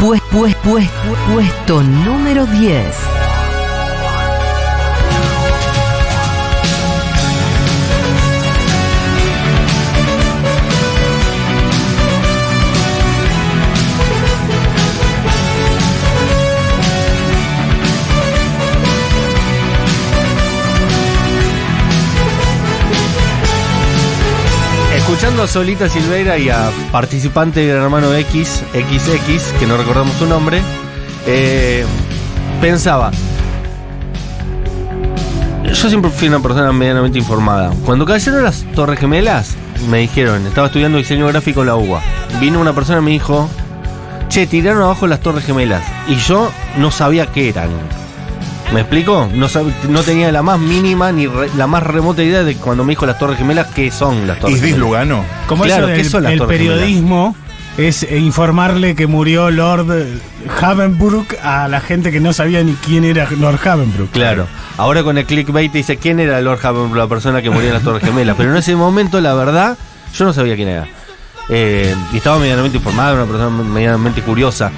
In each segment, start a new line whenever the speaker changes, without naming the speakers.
Pues, pues, pues, puesto número 10.
Escuchando a Solita Silveira y a participante de hermano X, XX, que no recordamos su nombre, eh, pensaba. Yo siempre fui una persona medianamente informada. Cuando cayeron las Torres Gemelas, me dijeron, estaba estudiando diseño gráfico en la UBA. Vino una persona y me dijo, che, tiraron abajo las Torres Gemelas. Y yo no sabía qué eran. ¿Me explico? No, sab- no tenía la más mínima ni re- la más remota idea de cuando me dijo las Torres Gemelas qué son las Torres
Isdis
Gemelas.
Lugano.
Como
Claro, ¿qué
eso
son
del
las
el
Torres Gemelas?
periodismo es eh, informarle que murió Lord Havenbrook a la gente que no sabía ni quién era Lord Havenbrook.
Claro. Ahora con el clickbait te dice quién era Lord Haven, la persona que murió en las Torres Gemelas. Pero en ese momento, la verdad, yo no sabía quién era. Eh, y estaba medianamente informada, era una persona medianamente curiosa.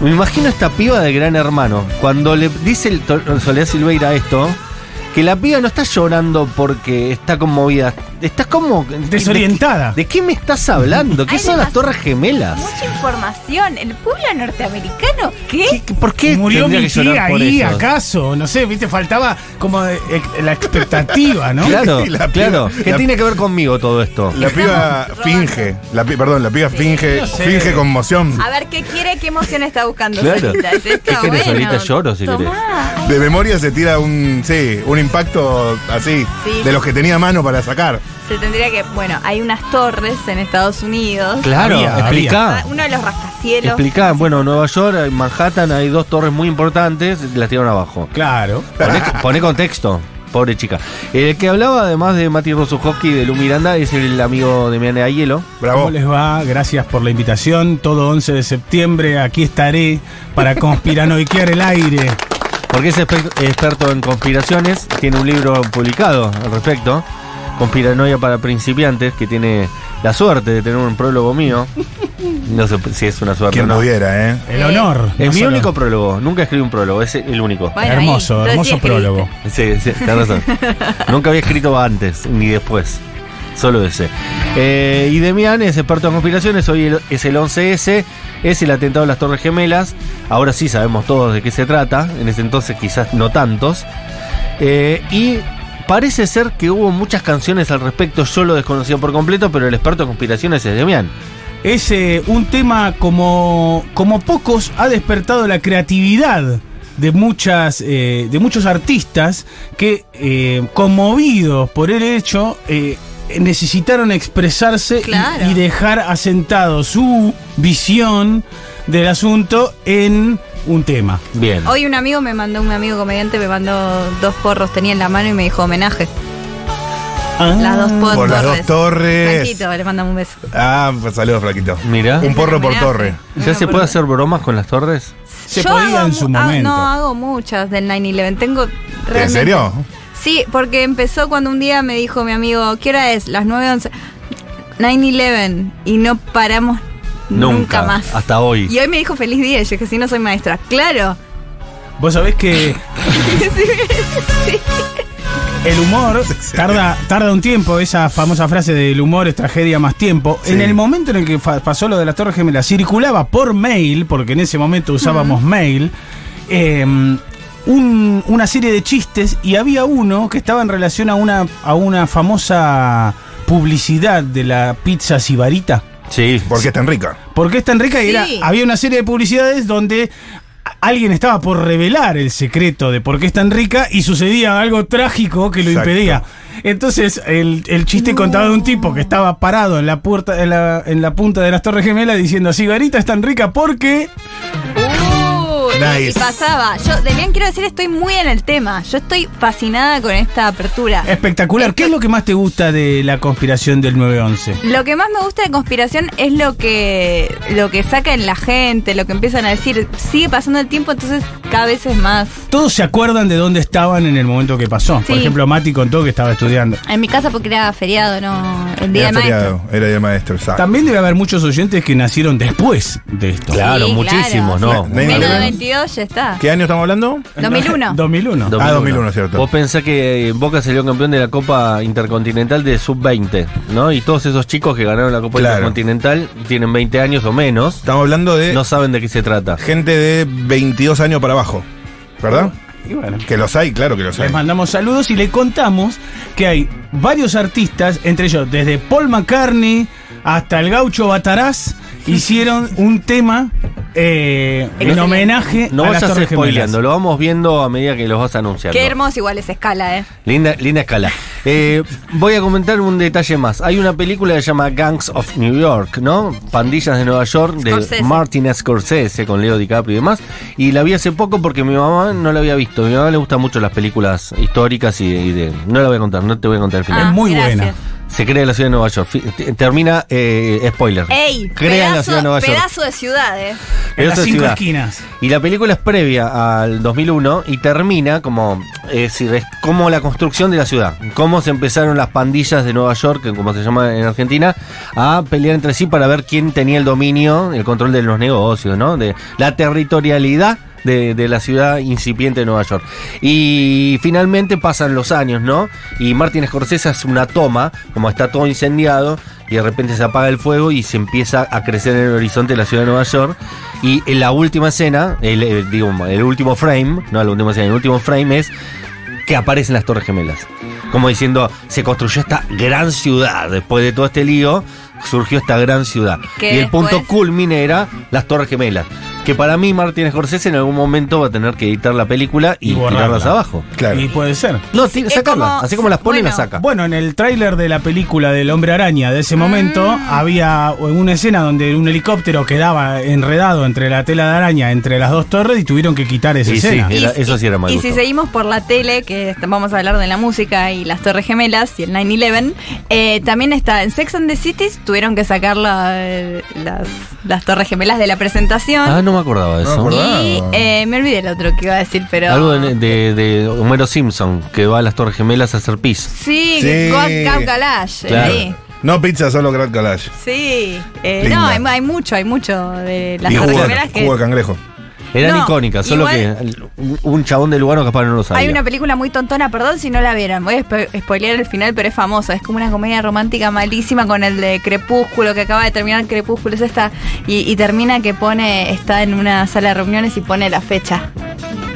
Me imagino esta piba de gran hermano. Cuando le dice el to- Soledad Silveira esto, que la piba no está llorando porque está conmovida. Está como.
Desorientada.
¿De, qué me estás hablando? ¿Qué
Hay
son las
demasiado-
Torres Gemelas?
Mucha información. El pueblo norteamericano, ¿qué?
¿Qué- ¿Por qué
¿Murió
tendría
mi
que llorar
tía
por
ahí
eso?
acaso? No sé, viste, faltaba como eh, la expectativa, ¿no?
Claro,
Y la piba-
claro. ¿Qué
la-
tiene que ver conmigo todo esto?
La piba finge. La pi- perdón, la piba finge,
no sé.
finge conmoción.
A ver, ¿qué quiere? ¿Qué emoción está buscando
Claro.
Solita? Es esta
¿Qué querés,
buena.
Solita? Lloro, si querés.
Tomá.
De memoria se tira un, sí, un impacto así,
Sí.
de los que tenía a mano para sacar.
Se tendría que. Bueno, hay unas torres en Estados Unidos.
Claro,
Había,
explicá.
Ah, Uno de los rascacielos.
Explicá, bueno, en Nueva York, en Manhattan, hay dos torres muy importantes, las tiraron abajo.
Claro.
Poné, poné contexto, pobre chica. El que hablaba además de Mati Rosujoski y de Lu Miranda es el amigo de Miane Hielo.
Bravo.
¿Cómo les va? Gracias por la invitación. Todo 11 de septiembre aquí estaré para conspiranoiquear el aire.
Porque es exper- experto en conspiraciones, tiene un libro publicado al respecto, Conspiranoia para principiantes, que tiene la suerte de tener un prólogo mío. No sé si es una suerte o
Quien
no.
pudiera, ¿eh?
El honor.
Es
no
mi
solo-
único prólogo, nunca escribí un prólogo, es el único.
Bueno, ahí,
hermoso,
entonces sí
hermoso
Sí,
prólogo.
escribiste.
sí, tenés razón. Nunca había escrito antes ni después. Solo ese. Eh, y Demian es experto en conspiraciones, hoy el- es el 11S, es el atentado a las Torres Gemelas. Ahora sí sabemos todos de qué se trata, en ese entonces quizás no tantos. Eh, y parece ser que hubo muchas canciones al respecto, yo lo desconocía por completo, pero el experto en conspiraciones es Demian.
es eh, un tema como, como pocos ha despertado la creatividad de muchas eh, de muchos artistas que eh, conmovidos por el hecho eh, necesitaron expresarse y-
Claro.
y, dejar asentado su visión del asunto en un tema.
Bien.
Hoy un amigo me mandó, un amigo comediante me mandó dos porros, tenía en la mano y me dijo homenaje. Las dos
Ah.
por,
Por las dos torres.
Franquito, le mandamos un beso.
Ah, pues saludos, Flaquito.
Mira.
Un porro por
Homenaje.
torre.
¿Ya se puede hacer bromas con las torres?
Se podía en
mu-
su
hago-
momento.
no, hago muchas del 9-11. Tengo realmente-
¿En serio?
Sí, porque empezó cuando un día me dijo mi amigo, ¿qué hora es? Las 9-11. 9-11. Y no paramos nunca,
Nunca,
más.
hasta hoy.
Y hoy me dijo feliz día. y Yo que si no soy maestra. Claro.
Vos sabés que el humor tarda, tarda un tiempo, esa famosa frase del humor es tragedia más tiempo. En el momento en el que fa- pasó lo de las Torres Gemelas, circulaba por mail, porque en ese momento usábamos mail, eh, un- una serie de chistes y había uno que estaba en relación a una, a una famosa publicidad de la pizza sibarita.
Sí.
Porque está en rica.
Porque es tan rica y era-
Sí.
había una serie de publicidades donde a- alguien estaba por revelar el secreto de por qué es tan rica y sucedía algo trágico que lo
Exacto.
impedía. Entonces el, el chiste contaba de un tipo que estaba parado en la puerta, en la, en la punta de las Torres Gemelas diciendo, Sigarita es tan rica porque...
Uh, años
Nice.
y pasaba. Yo, Demian, quiero decir, estoy muy en el tema. Yo estoy fascinada con esta apertura.
Eh.
Espectacular. ¿Qué es lo que más te gusta de la conspiración del 911?
Lo que más me gusta de conspiración es lo que lo que saca en la gente, lo que empiezan a decir. Sigue pasando el tiempo, entonces cada vez es más.
Todos se acuerdan de dónde estaban en el momento que pasó. Por
Sí.
ejemplo, Mati contó que estaba estudiando.
En mi casa porque era feriado, no el día
Era
de maestro.
feriado, era día de maestro, exacto.
También debe haber muchos oyentes que nacieron después de esto.
Claro,
Sí,
muchísimos, ¿no?
claro.
Ni- ni-
Menos de 22 ya está.
¿Qué año estamos hablando?
2001.
2001.
Ah, 2001, cierto.
Vos pensás que eh, Boca salió campeón de la Copa Intercontinental de Sub-20, ¿no? Y todos esos chicos que ganaron la Copa
Claro.
Intercontinental y tienen 20 años o menos,
Estamos hablando
Eh,
de
no saben de qué se trata.
gente de 22 años para abajo, ¿verdad?
Y bueno.
Que los hay, claro que los hay.
Les mandamos saludos y le contamos que hay varios artistas, entre ellos desde Paul McCartney hasta el gaucho Bataraz, hicieron un tema eh, en
Excelente.
homenaje
No
a las
vayas
Torres Gemelas.
spoileando, lo vamos viendo a medida que los vas anunciando.
Qué hermoso igual esa escala, ¿eh?
Linda, linda escala. Eh, voy a comentar un detalle más. Hay una película que se llama Gangs of New York, ¿no? Pandillas de Nueva York, de
Scorsese.
Martin Scorsese, con Leo DiCaprio y demás. Y la vi hace poco porque mi mamá no la había visto. A mi mamá le gustan mucho las películas históricas y de... y de- no la voy a contar, no te voy a contar el final.
Ah,
muy
gracias.
buena.
Se crea la ciudad de Nueva York. Fi- te- Termina, eh, spoiler.
Ey,
Crean la
pedazo,
ciudad de Nueva York.
pedazo de ciudad, ¿eh?
En
Pedazo
las
de
cinco
ciudad.
esquinas.
Y la película es previa al 2001 y termina como, eh, si res- como la construcción de la ciudad. Cómo se empezaron las pandillas de Nueva York, que como se llama en Argentina, a pelear entre sí para ver quién tenía el dominio, el control de los negocios, ¿no? De la territorialidad. De, de la ciudad incipiente de Nueva York. Y finalmente pasan los años, ¿no? Y Martin Scorsese hace una toma, como está todo incendiado, y de repente se apaga el fuego y se empieza a crecer en el horizonte de la ciudad de Nueva York. Y en la última escena, el, el- digo, el último frame, no la última escena, el último frame es que aparecen las Torres Gemelas. Como diciendo, se construyó esta gran ciudad. Después de todo este lío, surgió esta gran ciudad.
Que
Y el punto
después-
culmine era las Torres Gemelas. Que para mí, Martin Scorsese en algún momento va a tener que editar la película y,
Y borrarla.
tirarlas abajo.
Claro.
Y puede ser.
No, ti-
es
sacarla.
como-
Así como las pone,
bueno.
las saca.
Bueno, en el tráiler de la película del Hombre Araña de ese momento había una escena donde un helicóptero quedaba enredado entre la tela de araña entre las dos torres y tuvieron que quitar esa
Y sí,
escena.
Era-
si-
eso sí era mal
Y
gusto.
si seguimos por la tele, que est- vamos a hablar de la música y las Torres Gemelas y el 9-11, eh, también está en Sex and the Cities, tuvieron que sacar la- eh, las, las Torres Gemelas de la presentación.
Ah, no me acordaba de
No me
eso.
acordaba.
y eh, me olvidé el otro que iba a decir, pero...
Algo de, de- de Homero Simpson, que va a las Torres Gemelas a hacer pis.
Sí,
Sí.
God Gab Galash, eh,
Claro.
ahí.
No pizza, solo Grand Calash.
Sí, Eh,
Linda.
no, hay, hay mucho, hay mucho de las
Y
Torres
jugo,
Gemelas que...
jugo de cangrejo.
Eran
No,
icónicas, solo
igual-
que un- un chabón de Lugano capaz no lo sabía.
Hay una película muy tontona, perdón si no la vieron. Voy a spo- spoilear el final, pero es famosa. Es como una comedia romántica malísima con el de Crepúsculo, que acaba de terminar Crepúsculo. Es esta. Y, y termina que pone, está en una sala de reuniones y pone la fecha.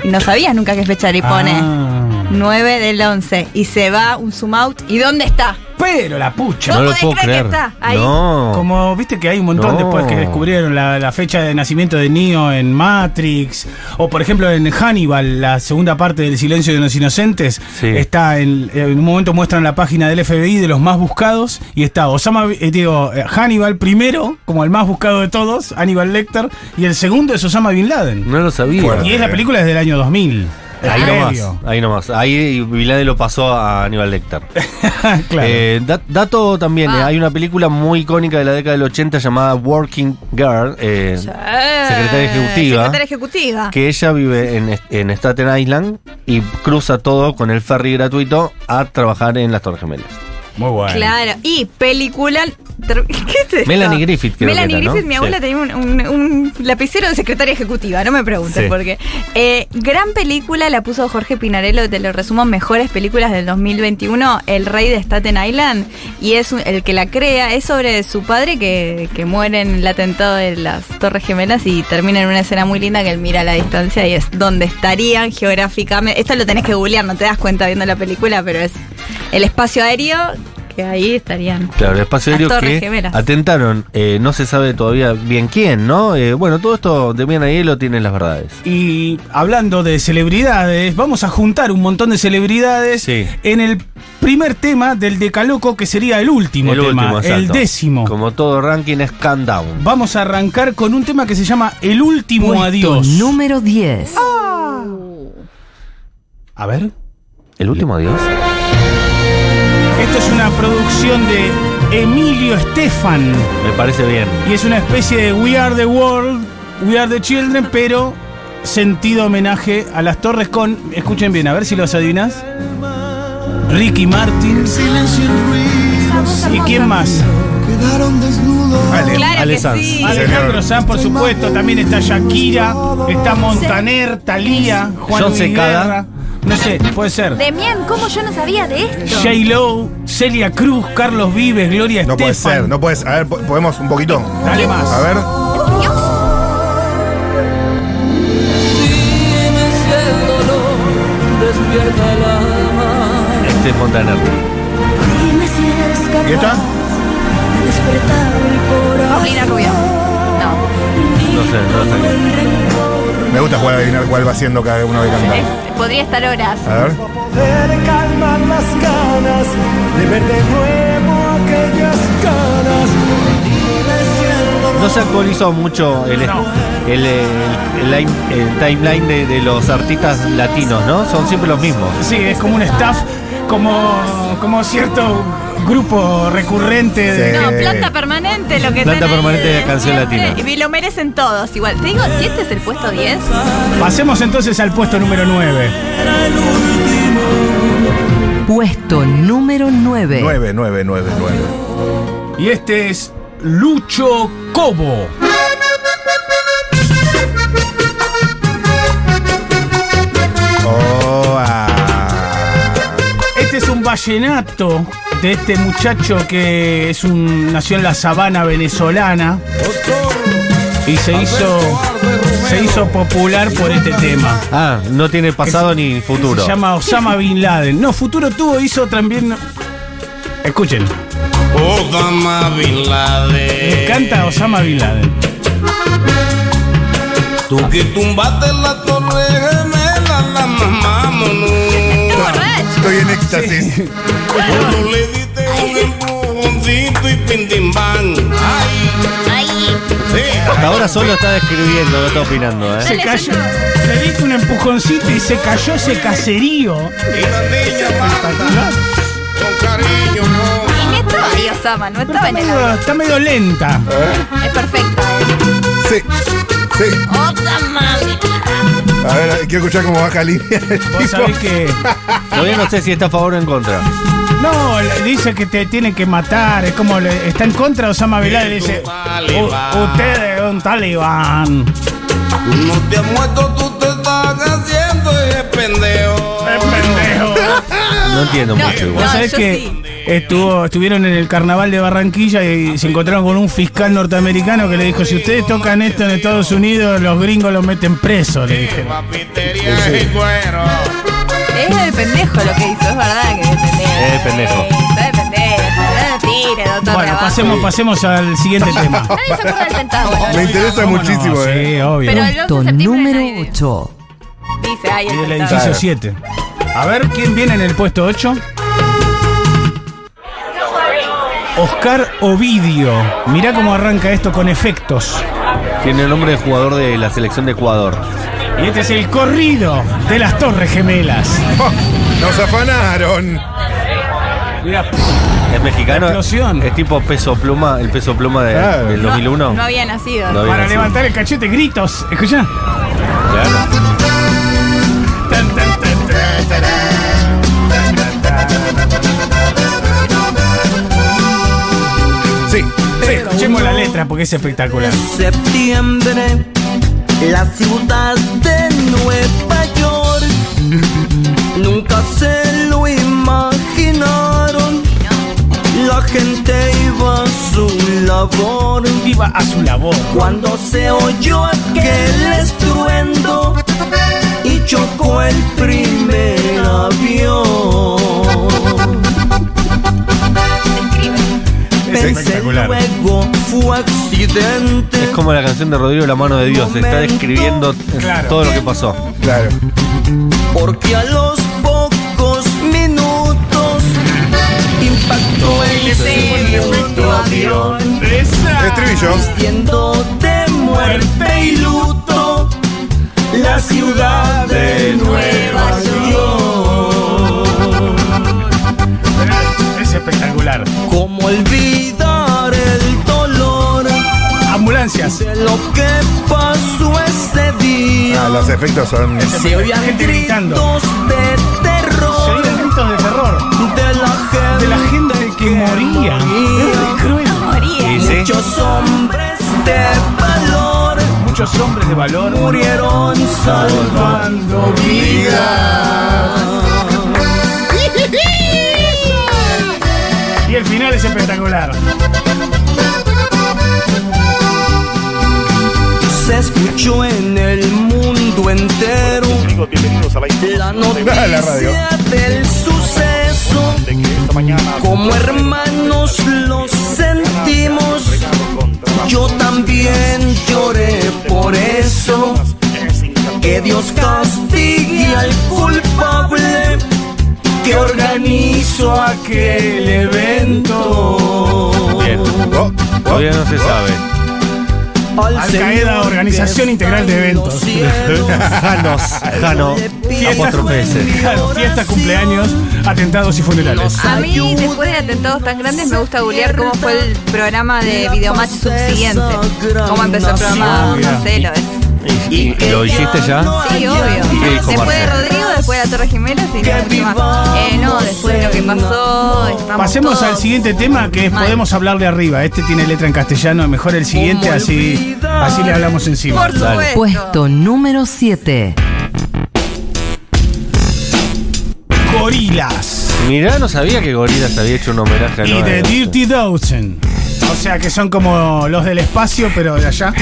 Y no sabías nunca qué fecha le pone.
Ah.
9 del 11. Y se va un zoom out. ¿Y dónde está?
Pero la pucha.
No
no lo
podés
puedo
creer que
creer.
está ahí.
No.
Como viste que hay un montón
No.
después que descubrieron la, la fecha de nacimiento de Neo en Matrix, o por ejemplo en Hannibal, la segunda parte del Silencio de los Inocentes,
Sí.
está en, en un momento muestran la página del FBI de los más buscados, y está Osama, eh, digo, eh, Hannibal primero, como el más buscado de todos, Hannibal Lecter, y el segundo es Osama Bin Laden.
No lo sabía.
Fuerte.
Y es la película desde el año 2000.
Ahí
El
nomás,
previo.
ahí nomás. Ahí Vilade lo pasó a Aníbal Lecter.
claro.
Eh, da- dato también, eh,
Ah.
hay una película muy icónica de la década del 80 llamada Working Girl, eh, secretaria ejecutiva,
Secretaria ejecutiva.
que ella vive en, est- en Staten Island y cruza todo con el ferry gratuito a trabajar en las Torres Gemelas.
Muy bueno.
Claro, y película. ter- ¿Qué es esto?
Melanie Griffith, creo que
Melanie
era, ¿no?
Griffith, mi abuela
Sí.
tenía un, un- un lapicero de secretaria ejecutiva, no me pregunten
Sí.
por qué. Eh, gran película la puso Jorge Pinarello, te lo resumo, mejores películas del 2021, El Rey de Staten Island, y es un- el que la crea, es sobre su padre que, que muere en el atentado de las Torres Gemelas y termina en una escena muy linda que él mira a la distancia y es donde estarían geográficamente. Esto lo tenés que googlear, no te das cuenta viendo la película, pero es el espacio aéreo que ahí estarían.
Claro, el espacio
Las
aéreo
Torres
que
Gemelas.
atentaron, eh, no se sabe todavía bien quién, ¿no? Eh, bueno, todo esto de bien ahí lo tienen las verdades.
Y hablando de celebridades, vamos a juntar un montón de celebridades
Sí.
en el primer tema del Decaloco, que sería el último
el
tema, el
exacto.
décimo.
Como todo ranking es countdown.
Vamos a arrancar con un tema que se llama El último
Puesto
adiós.
número 10.
A ver.
El último adiós.
Esto es una producción de Emilio Estefan
Me parece bien.
y es una especie de We Are the World, We Are the Children, pero sentido homenaje a las torres con, escuchen bien, a ver si los adivinas. Ricky Martin. ¿Y quién más?
Vale.
Claro
Ale
que
Sanz.
sí.
Ale-
Alejandro Sanz, por supuesto, también está Shakira, está Montaner, Thalía, Juan
John
Luis
Secada.
Guerra, no sé, puede ser.
Demián, ¿cómo yo no sabía de esto?
J. Lo, Celia Cruz, Carlos Vives, Gloria
No puede
Estefan.
ser, no puedes. A ver, po- podemos un poquito.
Dale más.
A ver.
Este Montaner.
¿Y esta?
Paulina Rubio. No.
No sé, no sé.
Me gusta jugar a adivinar cuál va siendo cada uno de
es-
cantar.
podría estar horas.
A ver.
No se actualizó mucho el, el, el- el- el timeline de, de los artistas latinos, ¿no? Son siempre los mismos.
Sí, es como un staff, como, como cierto grupo recurrente de...
Sí.
No,
Eh,
planta permanente, lo que
Planta
están ahí
permanente de la canción
siempre,
latina.
Y lo merecen todos igual. Te digo, si este es el puesto 10,
Pasemos entonces al puesto número 9.
Puesto número 9.
9, 9, 9, 9.
Y este es Lucho Cobo.
Oh, ah.
Este es un vallenato de este muchacho que es un nació en la sabana venezolana y se hizo se hizo popular por este tema.
Ah, no tiene pasado ni futuro.
Se llama Osama Bin Laden. No, Futuro tuvo hizo también Escuchen,
Obama Bin
me
Eh.
Laden.
encanta Osama Bin Laden.
Tú que tumbaste la torre gemela, la mamámonos.
Estoy en éxtasis.
Cuando le diste un empujoncito y pintimbán. Ay, ay. Sí.
Hasta ahora solo está describiendo, no está opinando, ¿eh?
Se cayó, le diste un empujoncito y se cayó ese caserío.
Y la niña mata con cariño, no.
y ni estaba ahí Osama, no
Pero Está
estaba en el
medio, está medio lenta.
Es perfecto.
Sí, sí. A ver, quiero escuchar cómo baja línea. el
Vos
tipo.
sabés que.
Todavía no sé si está a favor o en contra.
No, le dice que te tiene que matar. Es como le- está en contra de Osama Bin Laden.
Es
Dice:
un talibán.
"U- Usted es un talibán.
Tú no te has muerto, tú te estás haciendo el
Oh.
pendejo.
Es pendejo.
No entiendo
No,
mucho igual.
Vos sabés
yo
que
sí.
estuvo, estuvieron en el carnaval de Barranquilla y se encontraron con un fiscal norteamericano que le dijo: Si ustedes tocan esto en Estados Unidos, los gringos los meten preso. Le dije.
Papitería
Pues
y cuero.
Es el pendejo lo que hizo, es verdad que es pendejo.
Es pendejo.
Es pendejo. No tire, doctor.
Bueno, pasemos, pasemos al siguiente tema.
Nadie se acuerda del pentágono.
Me interesa
¿Cómo no?
muchísimo, eh.
Sí, obvio.
Pero el 11 de
Puesto
septiembre
número
nadie.
8.
Dice, ay,
Y
el
del
pentágono.
edificio 7. A ver quién viene en el puesto 8. Oscar Ovidio. Mirá cómo arranca esto con efectos.
Tiene el nombre de jugador de la selección de Ecuador.
Y este es el corrido de las Torres Gemelas.
Oh, nos afanaron.
Mirá,
Es mexicano.
La explosión.
Es tipo peso pluma, el peso pluma de,
Claro.
del
No,
2001.
No había nacido.
No había
para
nacido.
levantar el cachete, gritos. ¿Escuchá?
Claro.
Sí, sí.
Escuchemos la letra porque es espectacular.
septiembre, la ciudad de Nueva York. Nunca se lo imaginaron. La gente iba a su labor.
Viva a su labor.
Cuando se oyó aquel estruendo y chocó el primer avión.
Ese
espectacular.
luego fue accidente.
Es como la canción de Rodrigo La mano de Dios, está describiendo
Claro.
todo lo que pasó.
Claro.
Porque a los pocos minutos impactó el segundo avión.
Estribillo.
Vistiendo de muerte y luto la ciudad de Nueva York.
Es espectacular.
¿Cómo olvidar el dolor
Ambulancias.
de lo que pasó ese día?
Ah, los efectos son.
Se oían
Gente gritando.
gritos de
Se
terror
oían gritos de terror.
de la gente.
De la gente que moría.
Moría.
Y sí,
Muchos hombres de valor
Muchos hombres de valor
murieron salvando vidas.
Y el final es espectacular.
Se escuchó en el mundo entero la
A la radio.
noticia del suceso. Como hermanos lo sentimos. Yo también lloré por eso. Que Dios castigue al culpable que organizó aquel evento.
bien.
Oh, oh.
Todavía no se sabe.
Al
Al-Qaeda,
Señor
Organización
que
Integral de
está en
Eventos.
los cielos,
Janos, Jano,
le pido
apóstrofe
en mi
S.
Claro, fiestas, cumpleaños, atentados y funerales.
A mí, después de atentados tan grandes, me gusta googlear cómo fue el programa de Videomatch subsiguiente. Cómo empezó el programa,
Ah,
mira.
Marcelo.
¿Y y lo hiciste ya?
Sí,
¿Y qué
obvio.
dijo
Después de
Marcelo?
Rodrigo, después de la Torre Gemela, sí, no, mucho más. Eh, no, después de lo que pasó, estamos
Pasemos
todos
al siguiente tema que es
mal.
podemos hablarle arriba. Este tiene letra en castellano, mejor el siguiente así así le hablamos encima.
Por supuesto.
Puesto número 7.
Gorilas
Mirá, no sabía que Gorilas había hecho un homenaje Eh, a
y
Noah
The
Edison.
Dirty Dozen. O sea que son como los del espacio pero de allá.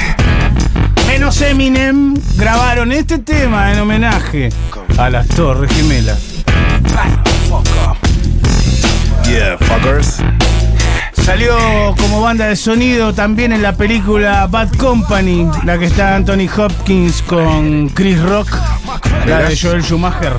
Menos Eminem grabaron este tema en homenaje a las Torres Gemelas.
Yeah, fuckers.
Salió como banda de sonido también en la película Bad Company, la que está Anthony Hopkins con Chris Rock, la de Joel Schumacher.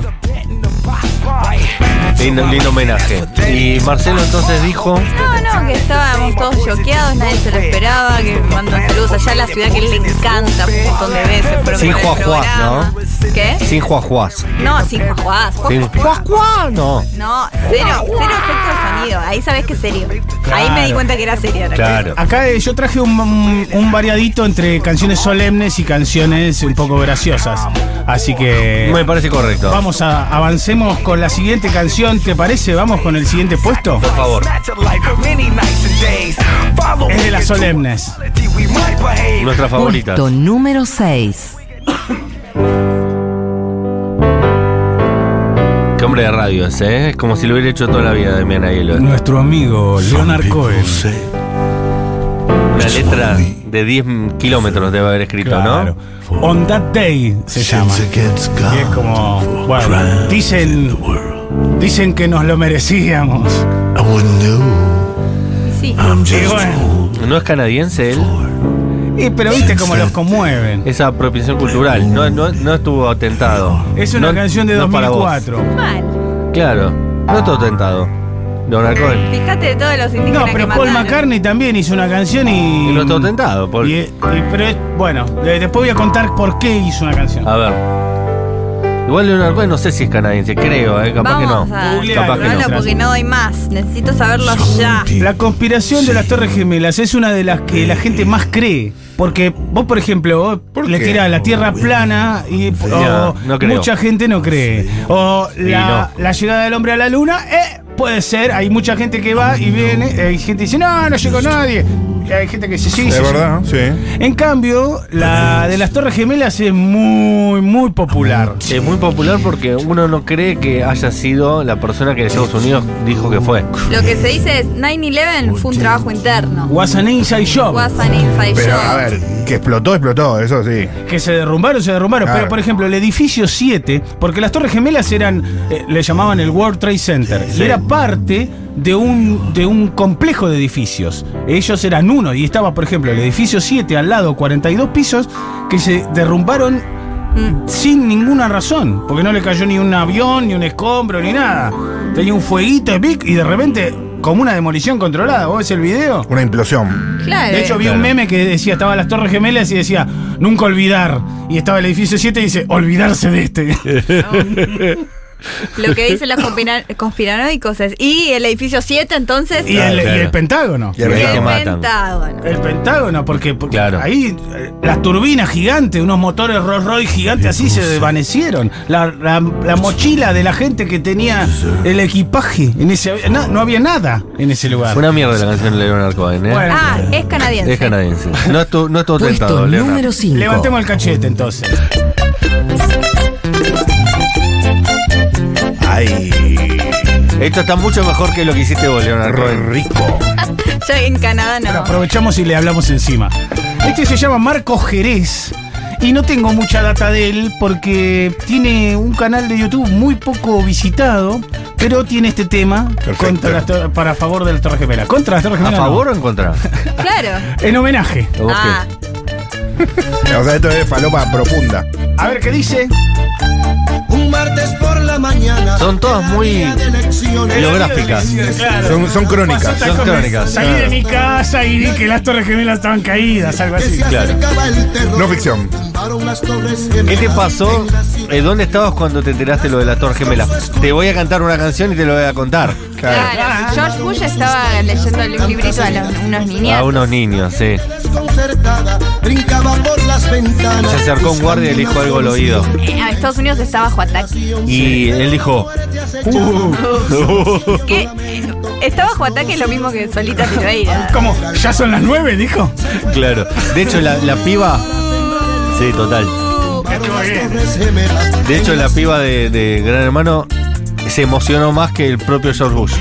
Lindo, lindo homenaje. Y Marcelo entonces dijo.
No, no, que estábamos todos choqueados, nadie se lo esperaba, que me mandan saludos allá a la ciudad que a él le encanta un montón de veces. pero
Sin
con el
Juajuá,
programa. ¿Qué?
Sin Juajuás.
No, sin Juajuás.
Sin
Juajuás.
Juajuá, no.
No, cero, cero efecto de sonido. Ahí sabés que es serio. Ahí me di cuenta que era serio. la
Claro.
Acá eh, yo traje un, un- un variadito entre canciones solemnes y canciones un poco graciosas. Así que
Me parece correcto.
vamos a avancemos con la siguiente canción, ¿te parece? Vamos con el siguiente puesto.
Por favor.
Es de las solemnes.
Nuestra favorita.
Puesto número 6.
Qué hombre de radio ese, ¿eh? Es como si lo hubiera hecho toda la vida de Miana Hielo.
Nuestro amigo Leonard Cohen.
Una letra de 10 kilómetros debe haber escrito,
Claro.
¿no?
On That Day se llama. Y es como, bueno, dicen, dicen que nos lo merecíamos.
verdad. Sí.
Ah.
Y bueno,
¿No es canadiense él?
y pero viste cómo los conmueven.
Esa apropiación cultural. No, no, no estuvo atentado.
Es una
No-
canción de
no es para vos.
2004.
Mal.
Claro. No estuvo atentado.
Eh,
Leonard Cohen.
Fíjate de todos los indígenas
No, pero
que
Paul
mataron.
McCartney también hizo una canción y...
Y no estuvo atentado, Paul.
y- eh, y- pero es- bueno, de- después voy a contar por qué hizo una canción.
A ver. Igual Leonard Cohen no sé si es canadiense, creo, ¿eh? capaz
Vamos
que no.
a
Googlealo,
capaz que no.
probarlo porque no doy más. Necesito saberlo ya.
La conspiración de las Torres Gemelas es una de las que la gente más cree. Porque vos, por ejemplo, vos
¿Por
le
qué?
tirás la tierra plana y o
No, no creo.
mucha gente no cree. O la, la llegada del hombre a la luna, eh, puede ser. Hay mucha gente que va y viene. eh, Hay gente que dice, no, no llegó nadie. Y hay gente que dice, sí,
Es
sí, sí".
verdad, ¿no? Sí.
En cambio, la de las Torres Gemelas es muy, muy popular.
Es muy popular porque uno no cree que haya sido la persona que Estados Unidos dijo que fue.
Lo que se dice es 9-11 fue un trabajo interno.
Was an inside job.
Was an inside
Pero
job.
a ver, que explotó, explotó, eso sí.
Que se derrumbaron, se derrumbaron.
Claro.
Pero, por ejemplo, el edificio 7, porque las Torres Gemelas eran, eh, le llamaban el World Trade Center, y era parte de un, de un complejo de edificios. Ellos eran uno y estaba, por ejemplo, el edificio 7 al lado, 42 pisos, que se derrumbaron sin ninguna razón, porque no le cayó ni un avión, ni un escombro, ni nada. Tenía un fueguito pic, y de repente, como una demolición controlada. ¿Vos ves el video?
Una implosión.
Claro.
De hecho, vi
Eh, Claro.
un meme que decía, estaba las Torres Gemelas y decía, nunca olvidar. Y estaba el edificio 7 y dice, olvidarse de este.
lo que dicen los conspira- conspiranoicos es. Y el edificio 7, entonces.
y, el,
claro.
y el Pentágono.
Y el
Mirá que
Pentágono.
matan.
Pentágono.
El Pentágono, porque, porque
Claro.
ahí eh, las turbinas gigantes, unos motores Rolls Royce gigantes así se desvanecieron. La, la- la mochila de la gente que tenía el equipaje en ese avi- no, no había nada en ese lugar.
Una mierda la canción de Leonard Cohen, ¿eh?
Bueno,
Ah, es canadiense.
Es canadiense. No estuvo, no estuvo tentado,
Puesto
Leonard.
número 5.
levantemos el cachete entonces.
Ay,
Esto está mucho mejor que lo que hiciste vos, Leonard Cohen.
rico.
Yo en Canadá no.
Aprovechamos y le hablamos encima. Este se llama Marco Jerez. Y no tengo mucha data de él porque tiene un canal de YouTube muy poco visitado, pero tiene este tema
Perfecto.
contra las tor- para favor de las Torres Gemelas. ¿Contra las Torres
¿A
Gemelas? no.
favor o en contra?
Claro.
En homenaje.
¿O vos qué?
Ah,
O sea, esto es falopa profunda.
A ver qué dice.
Un martes por la mañana.
Son todas muy biográficas.
Son, son crónicas.
Son crónicas.
Salí de mi casa y vi que las Torres Gemelas estaban caídas, algo así.
Claro.
No ficción.
¿Qué te pasó? Eh, ¿Dónde estabas cuando te enteraste lo de la Torre Gemela? Te voy a cantar una canción y te lo voy a contar.
Claro.
claro. George Bush estaba leyéndole un librito a los- unos
A
niños.
unos niños, sí.
Brincaba por las ventanas.
Se acercó un guardia y le dijo algo al oído.
Eh, A Estados Unidos está bajo ataque.
Y él dijo,
¿Qué? Está bajo ataque es lo mismo que Solita Silveira.
¿Cómo? ¿Ya son las nueve? Dijo.
claro. De hecho, la, la piba. Sí, total. De hecho, la piba de, de Gran Hermano se emocionó más que el propio George Bush.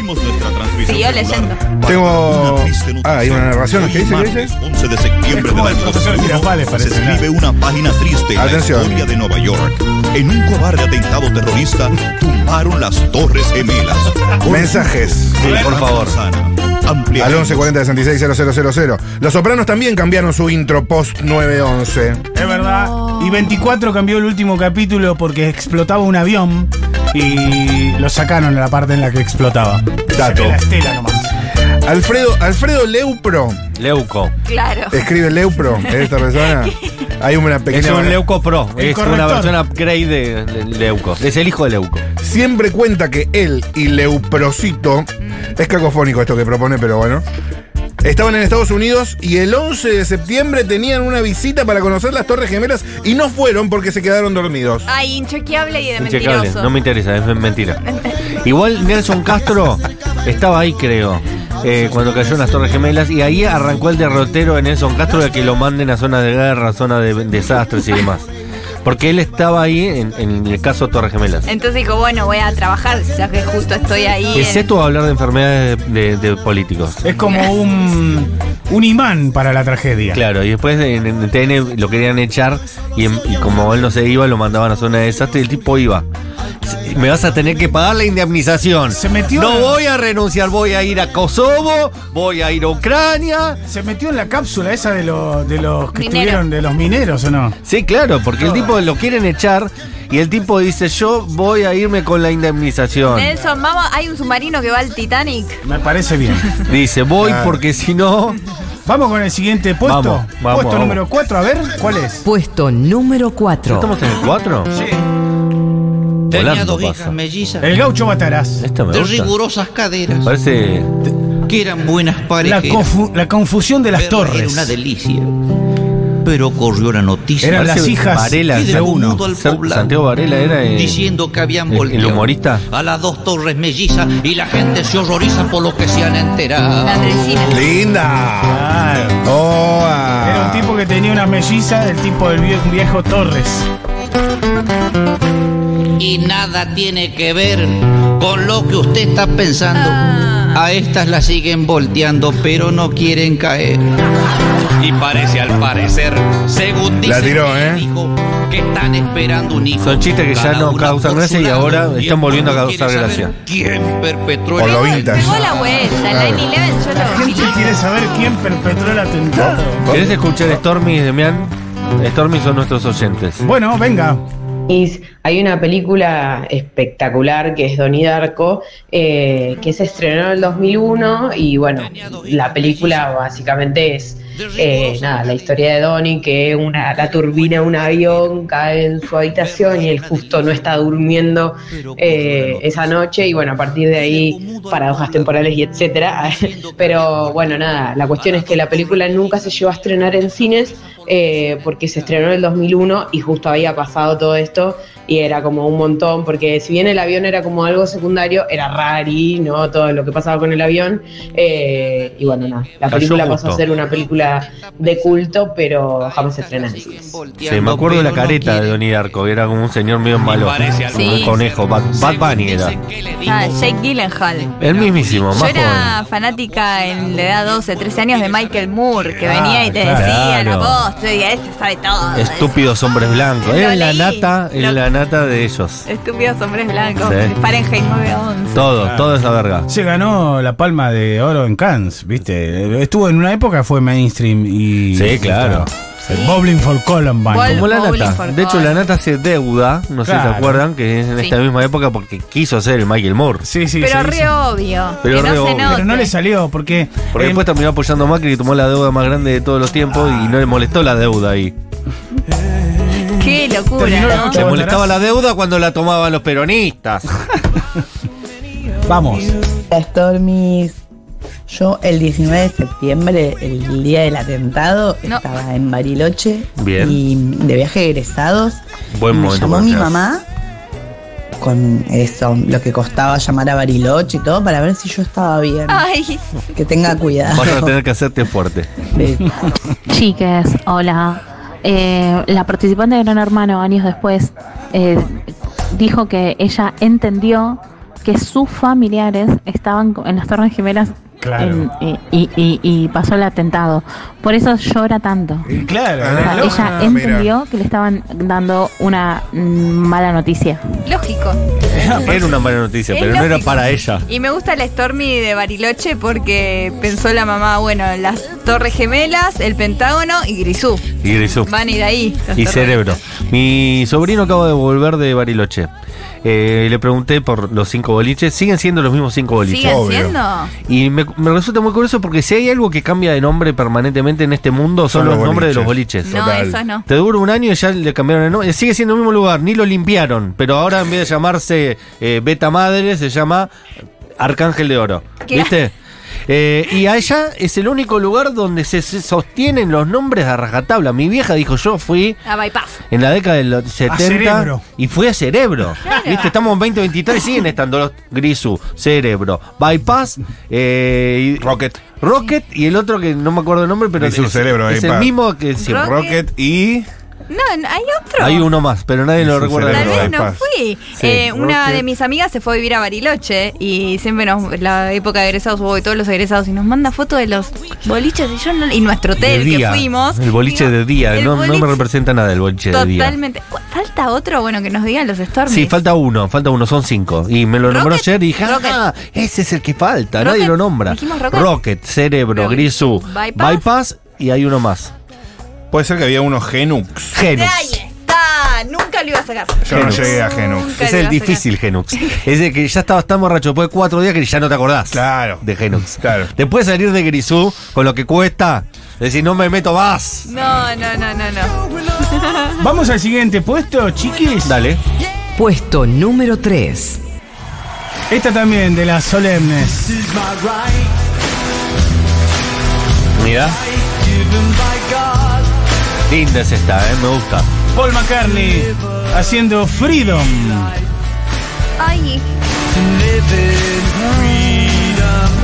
Siguió leyendo.
Tengo. Ah, hay una narración. ¿Qué dice? ¿Qué dice?
11 de septiembre
Es como
del
el profesor
2001,
Girafales, parece,
se escribe una página triste en
Atención.
la historia de Nueva York. En un cobarde atentado terrorista tumbaron las torres gemelas.
Mensajes.
Sí, por favor.
Amplia.
Al 1140 66 000. Los Sopranos también cambiaron su intro post 911.
Es verdad. Y 24 cambió el último capítulo porque explotaba un avión y lo sacaron en la parte en la que explotaba.
Dato.
Se ve La estela nomás.
Alfredo, Alfredo Leupro.
Leuco.
Claro.
Escribe Leupro. ¿Es esta persona. Hay una
Es
pequeña.
un Leuco Pro.
El
Es una
corrector.
versión upgrade de de Leuco. Es el hijo de Leuco.
Siempre cuenta que él y Leuprocito, es cacofónico esto que propone, pero bueno, estaban en Estados Unidos y el 11 de septiembre tenían una visita para conocer las Torres Gemelas y no fueron porque se quedaron dormidos.
Ay, inchequeable y de
Inchecable.
mentiroso.
No me interesa, es mentira. Igual Nelson Castro estaba ahí, creo, eh, cuando cayó en las Torres Gemelas y ahí arrancó el derrotero de Nelson Castro de que lo manden a zona de guerra, zona de desastres y demás. Porque él estaba ahí en, en el caso Torres Gemelas.
Entonces dijo, bueno, voy a trabajar, ya que justo estoy ahí. en-
Excepto hablar de enfermedades de, de- de políticos.
Es como un, un imán para la tragedia.
Claro, y después en, en TN lo querían echar y, en- y como él no se iba, lo mandaban a zona de desastre y el tipo iba. Me vas a tener que pagar la indemnización.
Se metió
No
en-
voy a renunciar, voy a ir a Kosovo, voy a ir a Ucrania.
Se metió en la cápsula esa de los, de los que
Minero.
estuvieron, de los mineros, ¿o no?
Sí, claro, porque el tipo lo quieren echar y el tipo dice, yo voy a irme con la indemnización.
Nelson, vamos, hay un submarino que va al Titanic.
Me parece bien.
Dice, voy
Claro.
porque si no...
Vamos con el siguiente puesto.
Vamos, vamos,
puesto
vamos.
número 4, a ver, ¿cuál es?
Puesto número 4.
¿Estamos en el 4? Sí.
Tenía dos
pasa.
hijas mellizas
El gaucho Bataraz.
Esta me
de
gusta.
rigurosas caderas
Parece...
que eran buenas
La,
parejas.
confu- la confusión de las
Pero Era
torres.
una delicia. Pero corrió la noticia
Eran
Parece
las hijas
Varela,
y de
Sa-
uno al
Sa-
poblado.
Santiago Varela era eh,
diciendo que habían
el-
volteado
el humorista.
a las dos torres mellizas y la gente se horroriza por lo que se han
Ah.
La
enterado.
Andresina.
¡Linda!
Claro.
Oh, ah.
Era un tipo que tenía una melliza del tipo del vie- viejo Torres.
y nada tiene que ver con lo que usted está pensando.
Ah.
A estas la siguen volteando, pero no quieren caer. Y parece al parecer, según dice
La tiró,
que
¿eh?
dijo, que están esperando un hijo.
Son chistes que ya
Cada
no
uno
causan
por
gracia
su
y
lado,
ahora
el
están volviendo a
pueblo
causar
quiere saber
gracia.
¿Quién perpetró
Por
el
lo vintage.
Pegó la vuelta, la 9-11 yo
La
lo vi.
gente quiere saber quién perpetró el atentado.
¿Querés escuchar Stormy, Demian? Stormy son nuestros oyentes.
Bueno, venga.
Is, hay una película espectacular que es Donnie Darko, eh, que se estrenó en el 2001 y bueno, la película básicamente es eh, nada, la historia de Donnie que una, la turbina de un avión cae en su habitación y él justo no está durmiendo eh, esa noche y bueno, a partir de ahí paradojas temporales y etcétera. Pero bueno, nada, la cuestión es que la película nunca se llegó a estrenar en cines eh, porque se estrenó en el 2001 y justo había pasado todo esto y era como un montón, porque si bien el avión era como algo secundario, era rari, ¿no? Todo lo que pasaba con el avión. eh, y bueno, nada, la
Cayó
película pasó
justo.
a ser una película de culto, pero jamás se estrena en cines.
Sí, me acuerdo de la careta de Donnie Darko, que era como un señor medio malo. Un
Sí.
conejo, Bad, Bad Bunny era.
Ah, Jake Gyllenhaal.
El mismísimo,
Yo
más
era
joven.
fanática en la edad 12, 13 años de Michael Moore, que
Ah,
venía y te
claro.
decía la voz, te decía, este sabe todo.
Estúpidos hombres blancos.
Lo
Era la
leí.
nata, era
Lo-
la nata de ellos.
Estúpidos hombres blancos.
Sí.
Fahrenheit 911.
Todo, toda esa verga.
Se ganó la palma de oro en Cannes, ¿viste? Estuvo en una época, fue mainstream y.
Sí, claro.
El Bowling for Columbine.
Bol-
Como la
Bowling
nata.
for
De hecho,
Cause.
la nata se deuda, no sé si se
Claro.
acuerdan, que es en
Sí.
esta misma época porque quiso ser el Michael Moore.
Sí, sí,
Pero
se
re
hizo.
obvio.
Pero
que
re
no se
obvio.
note.
Pero no le salió porque.
Porque
eh,
después terminó apoyando a Macri que tomó la deuda más grande de todos los tiempos y no le molestó la deuda ahí.
Qué locura,
Terminó la
¿no?
noche.
Le molestaba la deuda cuando la tomaban los peronistas.
Vamos.
Stormis. Yo el 19 de septiembre, el día del atentado,
No.
estaba en Bariloche
Bien.
y de viaje de egresados.
Buen
Y me
momento
llamó
para
mi
hacer.
mamá con eso, lo que costaba llamar a Bariloche y todo, para ver si yo estaba bien.
Ay,
Que tenga cuidado.
Vas a tener que hacerte fuerte.
De-
Chiques, hola. Eh, la participante de Gran Hermano años después eh, dijo que ella entendió que sus familiares estaban co- en las Torres Gemelas
Claro.
en- eh, y, y- y pasó el atentado. Por eso llora tanto.
Eh, Claro.
Ah,
O sea,
era loco.
ella
mira.
entendió que le estaban dando una mm, mala noticia.
lógico.
Era una mala noticia,
Es
pero no era
lógico.
para ella.
Y me gusta la Stormy de Bariloche porque pensó la mamá, bueno, las Torres Gemelas, el Pentágono y Grisú.
Y Grisú.
Van a ir ahí. las
Y
torres.
cerebro. Mi sobrino acaba de volver de Bariloche. Eh, le pregunté por los cinco boliches. Siguen siendo los mismos cinco boliches.
¿Siguen
obvio.
siendo?
Y me, me resulta muy curioso porque si hay algo que cambia de nombre permanentemente en este mundo son,
Son
los,
los
nombres de los
boliches.
boliches.
No,
Total.
esos no.
Te dura un año y ya le cambiaron el nombre. Sigue siendo el mismo lugar, ni lo limpiaron. Pero ahora en vez de llamarse eh, Beta Madre, se llama Arcángel de Oro.
¿Qué?
¿Viste? Eh, y allá es el único lugar donde se, se sostienen los nombres a rajatabla. Mi vieja dijo: Yo fui
A Bypass.
en la década del 70
Cerebro.
y fui a Cerebro. ¿Viste? Estamos en 2023 y siguen estando los Grisú, Cerebro, Bypass, eh, y-
Rocket.
Rocket y el otro que no me acuerdo el nombre, pero
Grisú,
es,
Cerebro,
es
ahí
el
pa-
mismo que siempre.
Rocket.
Rocket y.
No, no, hay otro.
Hay uno más, pero nadie lo
Grisú,
recuerda.
Tal
Pero
vez no
bypass.
fui.
Sí,
Eh, una
Rocket.
de mis amigas se fue a vivir a Bariloche y siempre nos, la época de egresados hubo de todos los egresados y nos manda fotos de los boliches y yo no- y nuestro
De
hotel
día,
que fuimos.
El boliche
Digo,
de día,
el
no, no
boliche-
me representa nada el boliche de día.
Totalmente. Cu- Falta otro, bueno, que nos digan los Stormy.
Sí, falta uno, falta uno, son cinco. Y me lo nombró
Rocket,
ayer y dije, ah,
Rocket.
ese es el que falta,
Rocket,
nadie lo nombra.
dijimos Rocket.
Cerebro,
Rocket.
Grisú,
Bypass.
Bypass y hay uno más.
Puede ser que había uno Genux.
Genux.
Ahí está. Nunca lo iba a sacar.
Yo no
Genux.
llegué a Genux.
Nunca
Es
lo
el
iba a sacar.
difícil Genux. Es el que ya estabas tan borracho después de cuatro días que ya no te acordás.
Claro.
De Genux.
Claro.
Después de salir de Grisú, con lo que cuesta, decir no me meto más.
No, no, no, no, no.
Vamos al siguiente puesto, chiquis.
Dale.
Puesto número 3.
Esta también de las solemnes.
Mira. Linda es esta, eh, me gusta.
Paul McCartney haciendo Freedom.
Ay.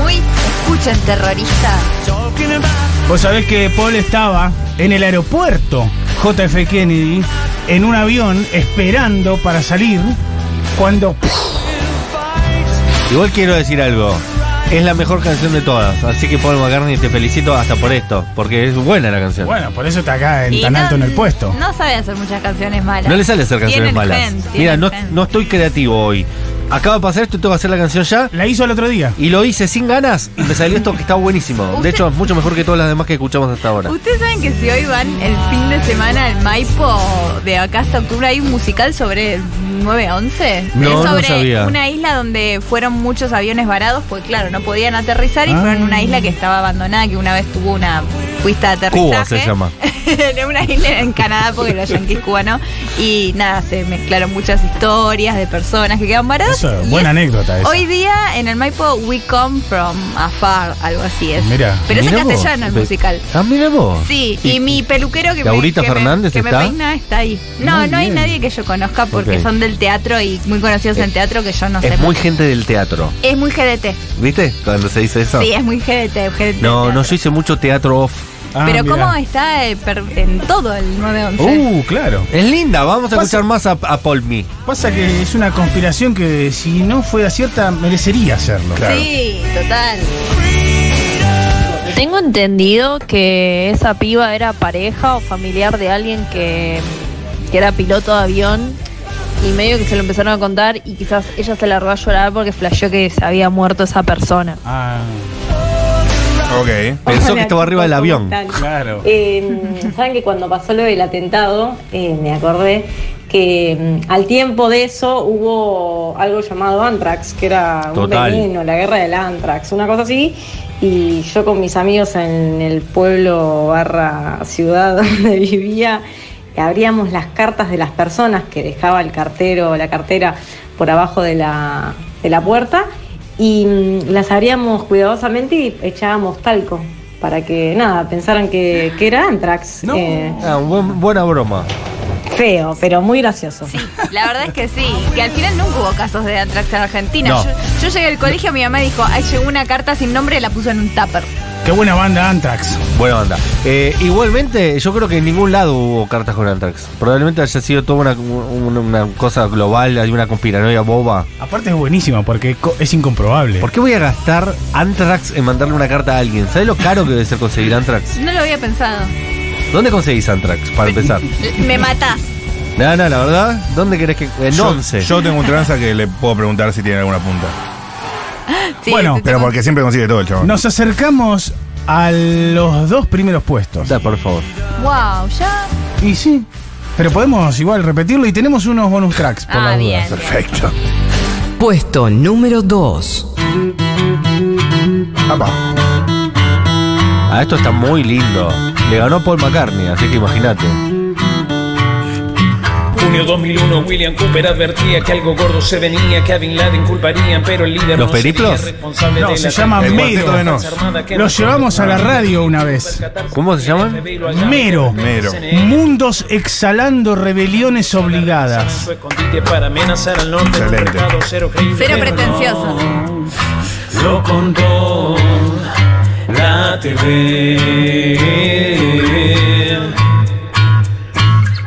Muy escuchan terroristas.
Vos sabés que Paul estaba en el aeropuerto JF Kennedy en un avión esperando para salir Cuando
Igual quiero decir algo. Es la mejor canción de todas. Así que Paul McCartney te felicito hasta por esto. Porque es buena la canción.
Bueno, por eso está acá en,
Y
tan
no-
alto en el puesto.
No sabe hacer muchas canciones malas.
No le sale hacer canciones
Tienen
malas.
gen, tienen
Mira, no,
gen.
no estoy creativo hoy. Acaba de pasar esto y tengo que hacer la canción ya.
La hizo el otro día.
Y lo hice sin ganas y me salió esto que está buenísimo. De
Usted-
hecho, es mucho mejor que todas las demás que escuchamos hasta ahora.
Ustedes saben que si hoy van el fin de semana al Maipo de acá hasta octubre, hay un musical sobre 9-11.
No,
es
no
sobre
sabía.
una isla donde fueron muchos aviones varados, pues claro, no podían aterrizar y
Ah.
fueron a una isla que estaba abandonada, que una vez tuvo una pista de aterrizaje.
Cuba se llama.
en una isla en Canadá, porque los yanquis cubanos. Y nada, se mezclaron muchas historias de personas que quedaron varadas.
Eso,
y
buena
es-
anécdota esa.
Hoy día en el Maipo, We Come From Afar, algo así es.
Mirá.
Pero es en
Mirá vos.
castellano el
Ve-
musical.
Ah, mira vos.
Sí, y, mi peluquero que,
¿Laurita
me, que me-
Fernández
que me
está?
peina está ahí. No,
Muy
no hay
bien.
nadie que yo conozca porque
Ok.
son del teatro y muy conocidos en
Es-
teatro que yo no sé.
Es muy gente del teatro.
es muy GDT.
¿Viste? Cuando se dice eso.
Sí, es muy GDT. GDT
No,
teatro.
no, yo hice mucho teatro off.
Ah,
Pero
mirá.
cómo está eh, per- en todo el 911.
Uh, claro.
Es linda, vamos a
Pasa-
escuchar más a, a Paul Me.
Pasa que es una conspiración que si no fuera cierta, merecería hacerlo.
Sí, total.
Tengo entendido que esa piba era pareja o familiar de alguien que, que era piloto de avión y medio que se lo empezaron a contar y quizás ella se largó a llorar porque flasheó que se había muerto esa persona.
Ah,
Ok.
Pensó que estaba arriba del avión.
claro.
Eh, Saben que cuando pasó lo del atentado, eh, me acordé que mm, al tiempo de eso hubo algo llamado Antrax, que era un
Total.
veneno, la guerra del Antrax, una cosa así. Y yo con mis amigos en el pueblo barra ciudad donde vivía, abríamos las cartas de las personas que dejaba el cartero o la cartera por abajo de la, de la puerta y mm, las abríamos cuidadosamente y echábamos talco para que nada, pensaran que, que era Antrax.
No.
Eh,
Ah, buen- buena broma.
feo, pero muy gracioso.
Sí, la verdad es que sí. Que al final nunca hubo casos de Antrax en Argentina.
No.
Yo, yo llegué al colegio, mi mamá dijo, ay, llegó una carta sin nombre y la puso en un tupper.
Qué buena banda Antrax.
Buena banda. Eh, igualmente, yo creo que en ningún lado hubo cartas con Antrax. Probablemente haya sido toda una, una- una cosa global, hay una conspiranoia boba.
Aparte es buenísima porque co- es incomprobable.
¿Por qué voy a gastar Antrax en mandarle una carta a alguien? ¿Sabes lo caro que debe ser conseguir Antrax?
No lo había pensado.
¿Dónde conseguís Antrax, para empezar?
Me matás.
No, no, la verdad, ¿dónde querés que.? En
Yo-
11.
Yo, tengo un tranza que le puedo preguntar si tiene alguna punta.
Sí,
Bueno,
te- te
Pero porque siempre consigue todo el chabón.
Nos acercamos a los dos primeros puestos.
Da, por favor.
Wow, ya.
Y sí. Pero podemos igual repetirlo y tenemos unos bonus tracks por
Ah,
las
bien.
dudas.
Perfecto.
Puesto número 2.
Apa.
Ah, esto está muy lindo. Le ganó Paul McCartney, así que imagínate.
Junio 2001, William Cooper advertía que algo gordo se venía, que a Bin Laden culparían, pero el líder
¿Los
no sería
periplos?
responsable
No,
de
se
la
llama
El cuarteto de
Mero.
Nos.
Los llevamos a la radio una vez.
¿Cómo se llaman?
Mero.
Mero.
Mundos exhalando rebeliones obligadas.
Para amenazar al norte, un
Excelente.
mercado cero creíble.
Cero pretencioso.
Lo contó la TV.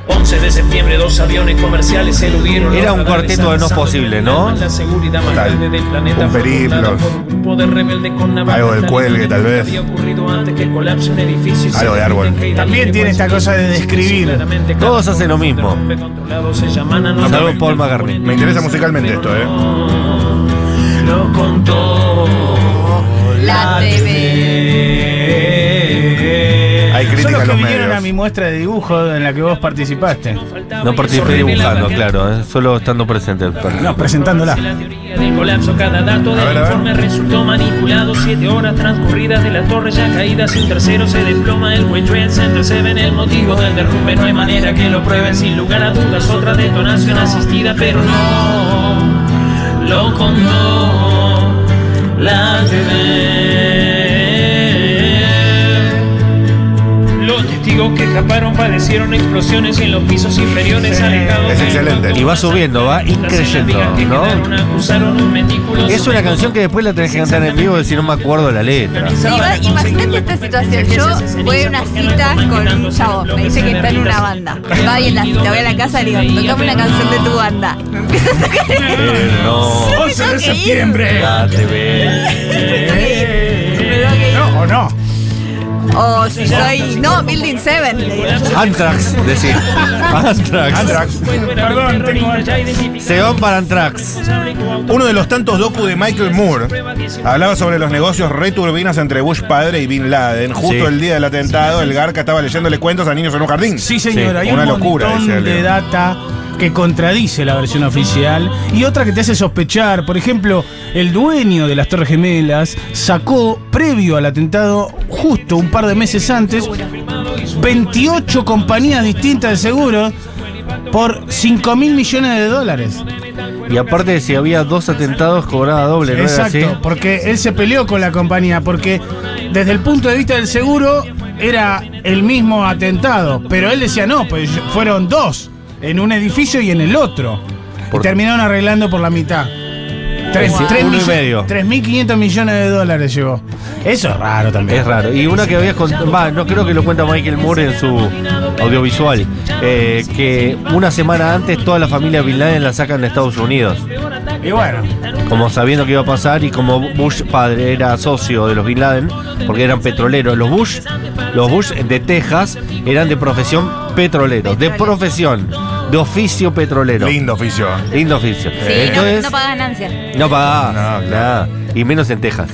11 de septiembre, dos aviones comerciales eludieron.
Era
los
un
radares
cuarteto de no
avanzando
posible,
en
¿no?
La seguridad más
Tal.
grande del planeta
Un
fue
periplo.
fundada por un grupo de rebeldes con navajas
Algo del
tan
cuelgue, tal vez.
había ocurrido antes que el colapso en edificios
Algo de árbol.
También tiene esta cosa de describir.
Claramente, cada
Todos hacen lo mismo.
hombre controlado se llaman a
Salvo
nosotros.
Paul McCartney.
Me interesa musicalmente esto, ¿eh?
Lo contó
La
TV.
Hay
Son
crítica
los
a
que
los
vinieron a mi
medios.
muestra de dibujo en la que vos participaste.
No participé dibujando, claro, eh, solo estando presente.
No, presentándola.
La teoría del colapso, cada dato
A ver,
del
a ver.
informe resultó manipulado. Siete horas transcurridas de la torre ya caída, sin tercero se desploma el World Trade Center. Se ven el motivo del derrumbe, no hay manera que lo prueben. Sin lugar a dudas, otra detonación asistida, pero no lo contó la TV. Los testigos testigos que escaparon padecieron explosiones en los pisos inferiores alejados
Es
del
excelente.
banco.
Y va subiendo, va increyendo,
Las heridas que quedaron
¿no?
acusaron un meticuloso
Es una canción que después la tenés que cantar en vivo, si no me acuerdo la letra.
Iba- Imagínate esta situación. Yo voy a una cita con un chavo. Me dice que está en una banda. Va bien la cita, voy a la casa y le digo, tocame una canción de tu banda. Me empieza a tocar
Eh, no.
Me tengo que ir.
Date, ve.
Me tengo que ir. Me tengo que ir.
No, o no.
O Oh, si soy. No, Building Seven. le
Eh,
digo.
Anthrax, decir. Anthrax.
Perdón, tengo
Se van para Anthrax.
Uno de los tantos docu de Michael Moore hablaba sobre los negocios returbinos entre Bush padre y Bin Laden. Justo
Sí.
el día del atentado, el Garca estaba leyéndole cuentos a niños en un jardín.
Sí, señora,
Sí,
hay
una
un
locura,
montón
dice
de
Leo.
data que contradice la versión oficial y otra que te hace sospechar. Por ejemplo, el dueño de las Torres Gemelas sacó, previo al atentado, justo un par de meses antes, 28 compañías distintas de seguros por 5 mil millones de dólares.
Y aparte, si había dos atentados, cobraba doble, ¿no? Era así.
Exacto, porque él se peleó con la compañía, porque desde el punto de vista del seguro era el mismo atentado, pero él decía no, pues fueron dos, en un edificio y en el otro.
Por-
Y terminaron arreglando por la mitad. Tres,
Wow.
tres
Uno y
millo-
medio.
3.500 millones de dólares llevó. Eso es raro también.
Es raro. Y una que habías contado, va, no creo que lo cuenta Michael Moore en su audiovisual, eh, que una semana antes toda la familia Bin Laden la sacan de Estados Unidos,
Y bueno,
como sabiendo que iba a pasar y como Bush padre era socio de los Bin Laden, porque eran petroleros. Los Bush, los Bush de Texas eran de profesión petroleros, de profesión, de oficio petrolero.
Lindo oficio.
Lindo oficio.
Sí, no,
Entonces,
no paga ganancias.
no pagás,
No, claro.
nada. Y menos en Texas.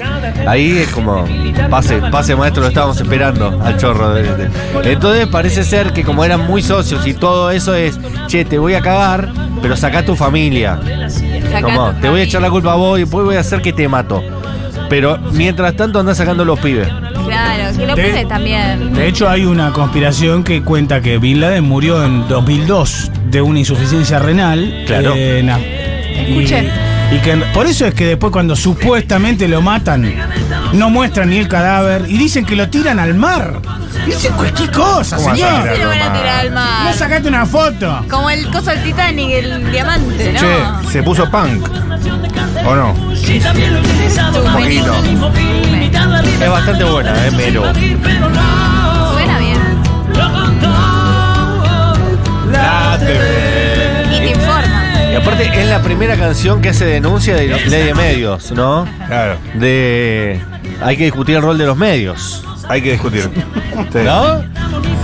Ahí es como, pase, pase maestro, lo estábamos esperando al chorro. de- de- Entonces parece ser que como eran muy socios y todo eso es, che, te voy a cagar, pero sacá tu familia.
Sacá
Como,
tu
te voy a
familia.
echar la culpa a vos y después voy a hacer que te mato. Pero mientras tanto andás sacando los pibes.
Claro, que lo
De-
puse también.
de hecho hay una conspiración que cuenta que Bin Laden murió en 2002 de una insuficiencia renal.
Claro.
Eh, na-
Escuchen.
Y, y que en- por eso es que después cuando supuestamente lo matan, no muestran ni el cadáver y dicen que lo tiran al mar. Dicen cualquier cosa,
¿Cómo vas a
señor.
Se lo van a tirar al
No
mar.
sacate una foto.
Como el coso del Titanic, el diamante, ¿no?
Che, se puso punk. ¿O no?
Un
poquito.
Es bastante buena, ¿eh? Pero...
Suena bien. Y te informa.
Y aparte es la primera canción que hace denuncia de ley de medios, ¿no?
Claro.
De... Hay que discutir el rol de los medios.
Hay que discutir. Sí.
¿No?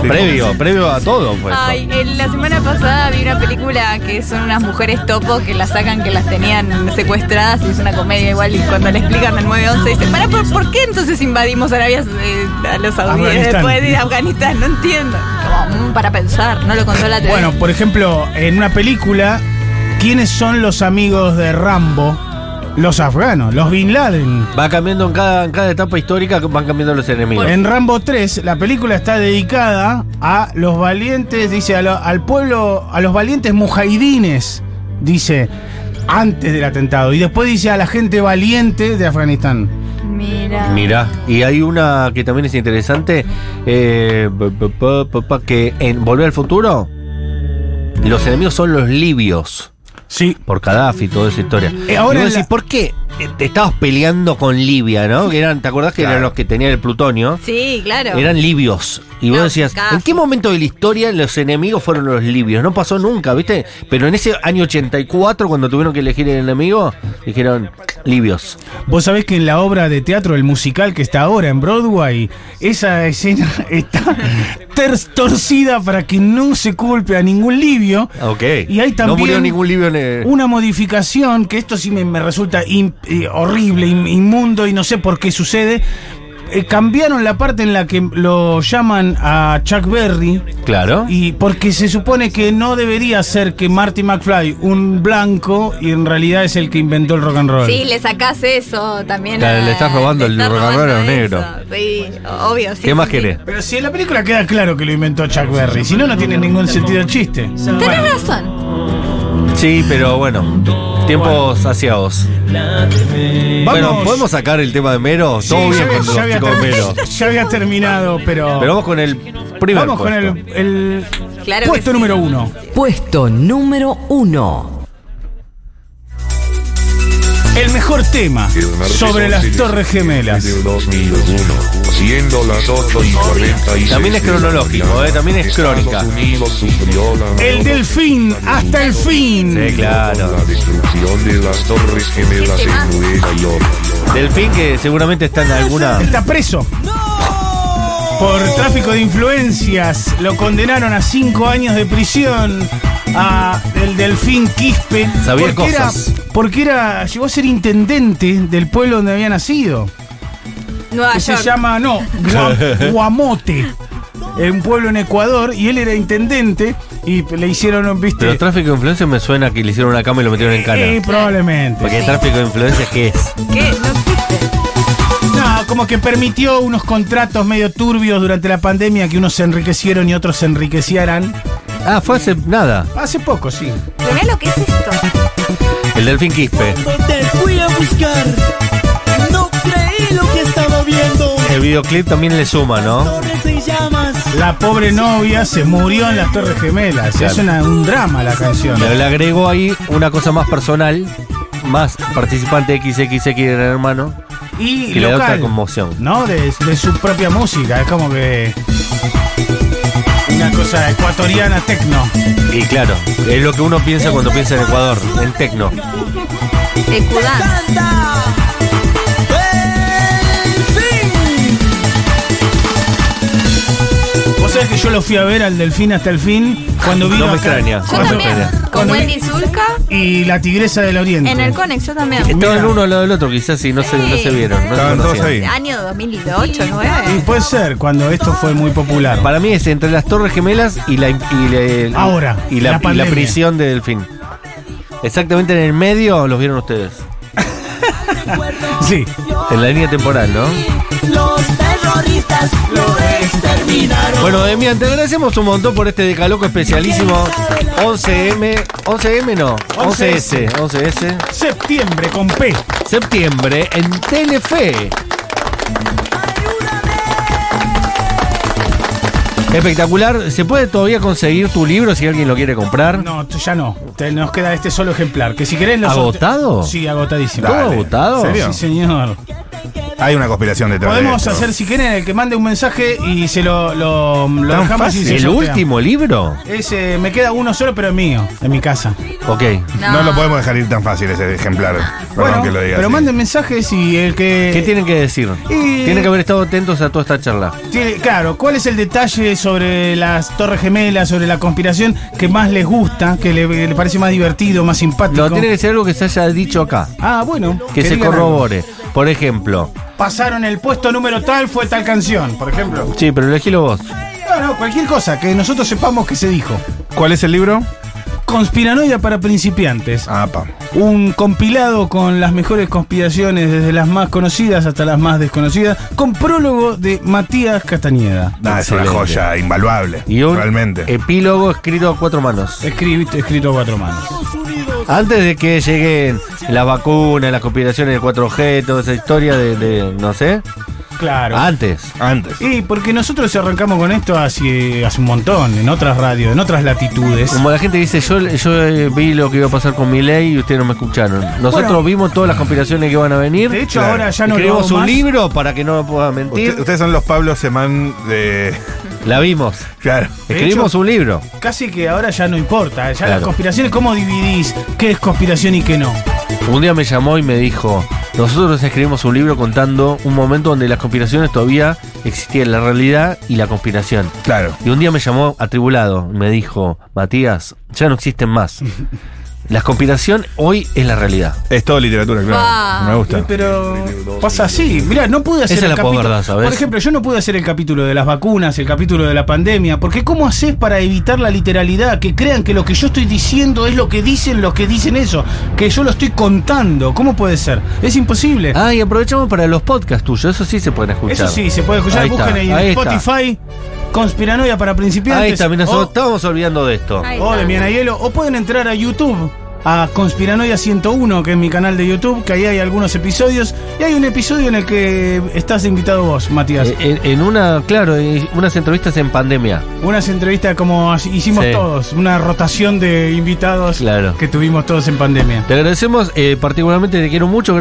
Previo, previo a todo, pues.
Ay, en la semana pasada vi una película que son unas mujeres topo que las sacan que las tenían secuestradas y es una comedia igual y cuando le explican al 911 dicen, para, ¿por, por qué entonces invadimos Arabia eh, a los saudíes
Afganistán.
después de ir a Afganistán? No entiendo. Como, mm, para pensar, no lo contó la tele.
Bueno, por ejemplo, en una película, ¿quiénes son los amigos de Rambo? Los afganos, los Bin Laden.
Va cambiando en cada, en cada etapa histórica, van cambiando los enemigos.
En Rambo 3, la película está dedicada a los valientes, dice, a lo- al pueblo, a los valientes mujahidines, dice, antes del atentado. Y después dice a la gente valiente de Afganistán.
mira.
Mirá, y hay una que también es interesante, eh, pa, pa, pa, pa, que en Volver al Futuro, los enemigos son los libios,
Sí.
por Gaddafi y toda esa historia.
Eh, ahora
y
en
vos decís,
la-
¿por qué eh, te estabas peleando con Libia, no? Que eran, ¿Te acordás que eran los que tenían el plutonio?
Sí, claro.
Eran libios. Y vos
No,
decías,
casi.
¿en qué momento de la historia los enemigos fueron los libios? No pasó nunca, ¿viste? Pero en ese año 84, cuando tuvieron que elegir el enemigo, dijeron libios.
Vos sabés que en la obra de teatro, el musical que está ahora en Broadway, esa escena está ter- torcida para que no se culpe a ningún libio.
Ok.
Y hay
No
también
murió ningún libio en el...
una modificación que esto sí me, me resulta in- eh, horrible, in- inmundo y no sé por qué sucede. Eh, cambiaron la parte en la que lo llaman a Chuck Berry
Claro.
y porque se supone que no debería ser que Marty McFly un blanco y en realidad es el que inventó el rock and roll.
Sí, le sacás eso también.
Claro,
a-
le estás robando el
estás
rogador
robando
a un negro.
eso. Sí, obvio. sí,
¿Qué más
sí,
querés?
sí.
Pero si en la película queda claro que lo inventó Chuck Berry, si no no tiene ningún sentido el chiste.
Tenés
Bueno,
razón.
Sí, pero bueno. Tiempos saciados. Bueno, ¿podemos sacar el tema de Mero?
Sí,
Todo bien
ya,
con
había-
los
ya había
chicos de
ter-
Mero.
ya había terminado,
Pero vamos con el Primer
Vamos con
puesto.
el, el
Claro que
puesto
sí.
número uno.
Puesto número 1.
El mejor tema sobre las Torres Gemelas.
Del 2001, siendo las 8 y 46.
También es
de la
cronológico,
mañana,
eh, también es
Estados
crónica.
Unidos sufrió la
El
mayor
delfín hasta el fin.
Sí, claro.
la destrucción de las Torres Gemelas en Nueva York.
Delfín que seguramente está en alguna.
Está preso. Por tráfico de influencias. Lo condenaron a cinco años de prisión. A el delfín Quispe.
Sabía
porque
cosas.
Era, porque era. llegó a ser intendente del pueblo donde había nacido.
Nueva
que
York.
se llama, no, Gua- Guamote. En un pueblo en Ecuador. Y él era intendente. Y le hicieron, viste.
Pero tráfico de influencias me suena que le hicieron una cama y lo metieron en cana.
Eh, probablemente.
Porque el tráfico de influencias, ¿qué es?
¿Qué? No existe.
No, como que permitió unos contratos medio turbios durante la pandemia que unos se enriquecieron y otros se enriquecieran.
Ah, fue hace nada.
Hace poco, sí.
Pero mirá lo que es esto.
El delfín Quispe.
Te fui a buscar, no creí lo que estaba viendo.
El videoclip también le suma, ¿no?
Torres en llamas.
La pobre novia se murió en las Torres Gemelas.
Claro.
Es una- un drama la canción.
Le le agregó ahí una cosa más personal, más participante XXX del hermano.
Y
que le da
local,
otra conmoción.
¿No? De, de su propia música. Es como que. Una cosa ecuatoriana tecno.
Y claro, es lo que uno piensa cuando piensa en Ecuador, en tecno.
Ecudán.
Vos sabés que yo lo fui a ver al Delfín hasta el fin cuando vino.
No me
acá-
extraña.
Yo
Cuando-
también. Con
cuando-
Wendy Zulka
Y la Tigresa del Oriente.
en el Conex, yo también.
Estaban uno al lado del otro, quizás, y no, se, no se vieron. no se
Estaban todos
conocían.
ahí.
Año 2008,
Y
2009.
puede ser cuando esto fue muy popular.
Para mí es entre las Torres Gemelas y la. Y la-
Ahora,
Y la,
la
y la
pandemia.
prisión de Delfín. Exactamente en el medio los vieron ustedes.
Sí.
En la línea temporal, ¿no?
Los terroristas lo exterminaron.
Bueno, Demian, te agradecemos un montón por este decaloco especialísimo. 11M, 11M no, 11S, 11S.
Septiembre con P.
Septiembre en Telefe. Espectacular. ¿Se puede todavía conseguir tu libro si alguien lo quiere comprar?
No, tú ya no. Te- nos queda este solo ejemplar. Que si querés lo sorte-
¿Agotado?
Sí, agotadísimo.
¿Todo
Dale.
agotado?
¿En serio?
Sí, señor.
Hay una conspiración detrás de
Podemos
esto.
hacer, si quieren, el que mande un mensaje y se lo, lo, lo
Tan
dejamos y
fácil.
se
¿El
sortea.
último libro?
Ese, me queda uno solo, pero es mío, en mi casa.
Ok.
No. lo podemos dejar ir tan fácil ese ejemplar. Perdón
bueno,
que lo diga.
pero
así.
manden mensajes y el que.
¿Qué tienen que decir?
Eh, y-
Tienen que haber estado atentos a toda esta charla.
tiene- Claro, ¿cuál es el detalle sobre las Torres Gemelas, sobre la conspiración que más les gusta, que le, le parece más divertido, más simpático?
No, tiene que ser algo que se haya dicho acá.
Ah, bueno.
Que se
digan algo.
corrobore. Por ejemplo.
Pasaron el puesto número tal, fue tal canción, por ejemplo.
Sí, pero elegilo vos.
No, no, cualquier cosa que nosotros sepamos que se dijo.
¿Cuál es el libro?
Conspiranoia para principiantes.
Ah, pa.
Un compilado con las mejores conspiraciones, desde las más conocidas hasta las más desconocidas, con prólogo de Matías Castañeda.
Nah, es una
Excelente.
joya invaluable.
Y un em-
realmente.
epílogo escrito a cuatro manos.
Escrito, escrito a cuatro manos.
Antes de que lleguen las vacunas, las conspiraciones del 4G, toda esa historia de, de- no sé.
Claro.
Antes.
Antes.
Ah. Y porque nosotros arrancamos con esto hace, hace un montón, en otras radios, en otras latitudes.
Como la gente dice, yo, yo eh, vi lo que iba a pasar con mi ley y ustedes no me escucharon. Nosotros
Bueno.
vimos todas las conspiraciones que van a venir.
De hecho,
Claro.
ahora ya no lo
Escribimos
hago
un
más.
libro para que no pueda mentir.
Usted- ustedes son los Pablo Semán de.
La vimos.
Claro.
De
Escribimos
hecho-
un libro.
Casi que ahora ya no importa. Ya las
Claro.
conspiraciones, ¿cómo dividís qué es conspiración y qué no?
Un día me llamó y me dijo, nosotros escribimos un libro contando un momento donde las conspiraciones todavía existían, la realidad y la conspiración.
Claro.
Y un día me llamó atribulado, y me dijo, Matías, ya no existen más. La conspiración hoy es la realidad.
Es todo literatura, claro.
Wow.
Me
Eh,
gusta.
Pero pasa así. Mirá, no pude hacer
Esa
el
es la
capítulo.
posverdad, ¿sabés?
Por ejemplo, yo no pude hacer el capítulo de las vacunas, el capítulo de la pandemia, porque ¿cómo haces para evitar la literalidad? Que crean que lo que yo estoy diciendo es lo que dicen los que dicen eso, que yo lo estoy contando. ¿Cómo puede ser? Es imposible.
Ah, y aprovechamos para los podcasts tuyos, eso sí se pueden escuchar.
eso sí, se puede escuchar.
Ahí está,
Busquen ahí en
ahí está.
Spotify, Oh. Conspiranoia para principiantes.
Ahí está, mirá, nosotros
o,
estábamos olvidando de esto.
Ahí
o
está.
de Miana Hielo, o pueden entrar a YouTube a Conspiranoia 101, que es mi canal de YouTube, que ahí hay algunos episodios. Y hay un episodio en el que estás invitado vos, Matías.
Eh, En, en una, claro, en unas entrevistas en pandemia.
Unas entrevistas como as- hicimos
Sí.
todos, una rotación de invitados
Claro.
que tuvimos todos en pandemia.
Te agradecemos, eh, particularmente te quiero mucho, gracias.